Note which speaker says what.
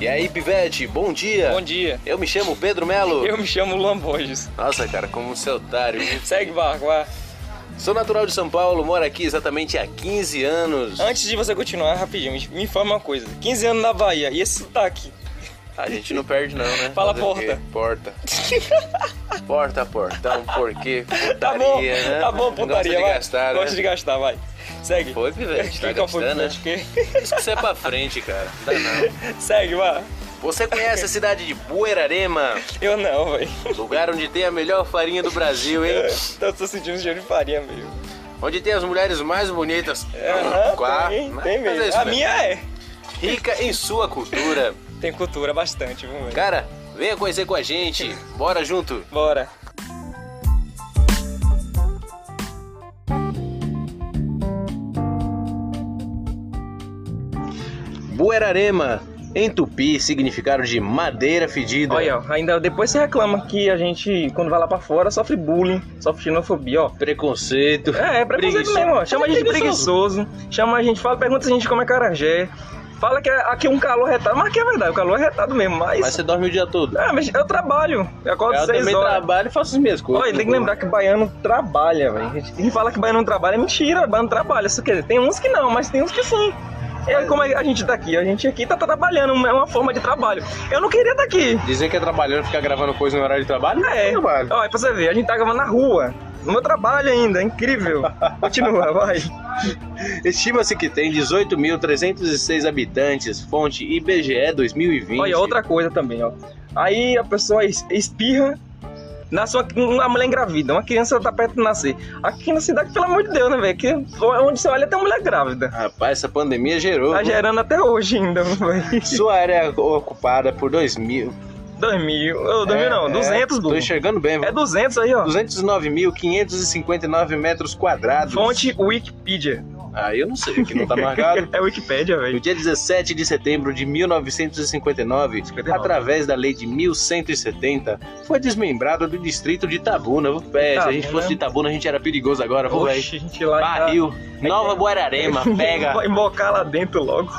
Speaker 1: E aí, Pivete, bom dia.
Speaker 2: Bom dia.
Speaker 1: Eu me chamo Pedro Melo.
Speaker 2: Eu me chamo Lamboges.
Speaker 1: Nossa, cara, como você é otário. viu?
Speaker 2: Segue barco, vai.
Speaker 1: Sou natural de São Paulo, moro aqui exatamente há 15 anos.
Speaker 2: Antes de você continuar, rapidinho, me- me informa uma coisa. 15 anos na Bahia, e esse sotaque?
Speaker 1: A gente não perde não, né?
Speaker 2: Fala
Speaker 1: Fazer o quê? Porta. Porta, portão, por quê? Putaria,
Speaker 2: Tá bom,
Speaker 1: né?
Speaker 2: tá bom,
Speaker 1: Gosta
Speaker 2: putaria,
Speaker 1: de
Speaker 2: vai.
Speaker 1: gastar,
Speaker 2: Gosta
Speaker 1: né?
Speaker 2: de gastar, vai. Segue.
Speaker 1: Foi, Pivete, tá
Speaker 2: Quem que foi,
Speaker 1: gastando, né?
Speaker 2: Pivete? Quem?
Speaker 1: Isso que você é pra frente, cara. Não dá não.
Speaker 2: Segue, vai.
Speaker 1: Você conhece a cidade de Buerarema?
Speaker 2: Eu não, velho.
Speaker 1: Lugar onde tem a melhor farinha do Brasil,
Speaker 2: É.
Speaker 1: hein?
Speaker 2: Eu tô sentindo cheiro de farinha mesmo.
Speaker 1: Onde tem as mulheres mais bonitas.
Speaker 2: É, Aham,
Speaker 1: Quá.
Speaker 2: tem,
Speaker 1: Mas
Speaker 2: tem
Speaker 1: é
Speaker 2: mesmo.
Speaker 1: isso
Speaker 2: a minha é.
Speaker 1: Rica em sua cultura.
Speaker 2: Tem cultura bastante, vamos ver.
Speaker 1: Cara, venha conhecer com a gente. Bora junto.
Speaker 2: Bora.
Speaker 1: Buerarema. Em tupi, significado de madeira fedida.
Speaker 2: Olha, ó, ainda depois você reclama que a gente, quando vai lá pra fora, sofre bullying, sofre xenofobia, ó.
Speaker 1: Preconceito.
Speaker 2: É, é preconceito
Speaker 1: Preguiçoso.
Speaker 2: mesmo, ó. Chama a
Speaker 1: Mas é
Speaker 2: gente de preguiçoso, chama a gente, fala, pergunta se a gente come carajé, fala que é- aqui é um calor retado, mas que é verdade, o calor é retado mesmo, mas...
Speaker 1: Mas você dorme o dia todo.
Speaker 2: Ah, mas eu trabalho, eu acordo
Speaker 1: Eu
Speaker 2: seis
Speaker 1: também
Speaker 2: horas.
Speaker 1: trabalho e faço as minhas coisas.
Speaker 2: Olha, tem que lembrar que baiano trabalha, velho. Quem fala que baiano não trabalha é mentira, baiano trabalha. Isso quer dizer, tem uns que não, mas tem uns que sim. É como a gente tá aqui, a gente aqui tá, tá trabalhando, é uma forma de trabalho. Eu não queria estar aqui.
Speaker 1: Dizer que é trabalhando, ficar gravando coisa no horário de trabalho?
Speaker 2: É,
Speaker 1: Trabalho.
Speaker 2: olha, pra você ver, a gente tá gravando na rua. No meu trabalho ainda, é incrível. Continua, vai.
Speaker 1: Estima-se que tem 18.306 habitantes, fonte IBGE 2020.
Speaker 2: Olha, outra coisa também, ó. Aí a pessoa es- espirra, nasce uma, uma mulher engravida, uma criança tá perto de nascer. Aqui na cidade, pelo amor de Deus, né, velho? Que Onde você olha tem mulher grávida.
Speaker 1: Rapaz, essa pandemia gerou.
Speaker 2: Tá
Speaker 1: viu?
Speaker 2: gerando até hoje ainda, velho.
Speaker 1: Sua área ocupada por 2 mil.
Speaker 2: 2 mil, ô,
Speaker 1: É,
Speaker 2: 2 mil não, 200,
Speaker 1: Tô
Speaker 2: burro.
Speaker 1: enxergando bem,
Speaker 2: É
Speaker 1: viu?
Speaker 2: 200 aí, ó.
Speaker 1: 209.559 metros quadrados.
Speaker 2: Fonte Wikipedia.
Speaker 1: Ah, eu não sei, aqui não tá marcado.
Speaker 2: É Wikipedia,
Speaker 1: No
Speaker 2: velho.
Speaker 1: dia 17 de setembro de 1959,
Speaker 2: 59.
Speaker 1: através da lei de 1170, foi desmembrado do distrito de Itabuna. Viu? Pé, se a gente
Speaker 2: Itabuna.
Speaker 1: fosse de Itabuna, a gente era perigoso agora, viu, velho?
Speaker 2: Oxe, a gente lá em-
Speaker 1: Barril, Nova Guararema, pega.
Speaker 2: Vai embocar lá dentro logo.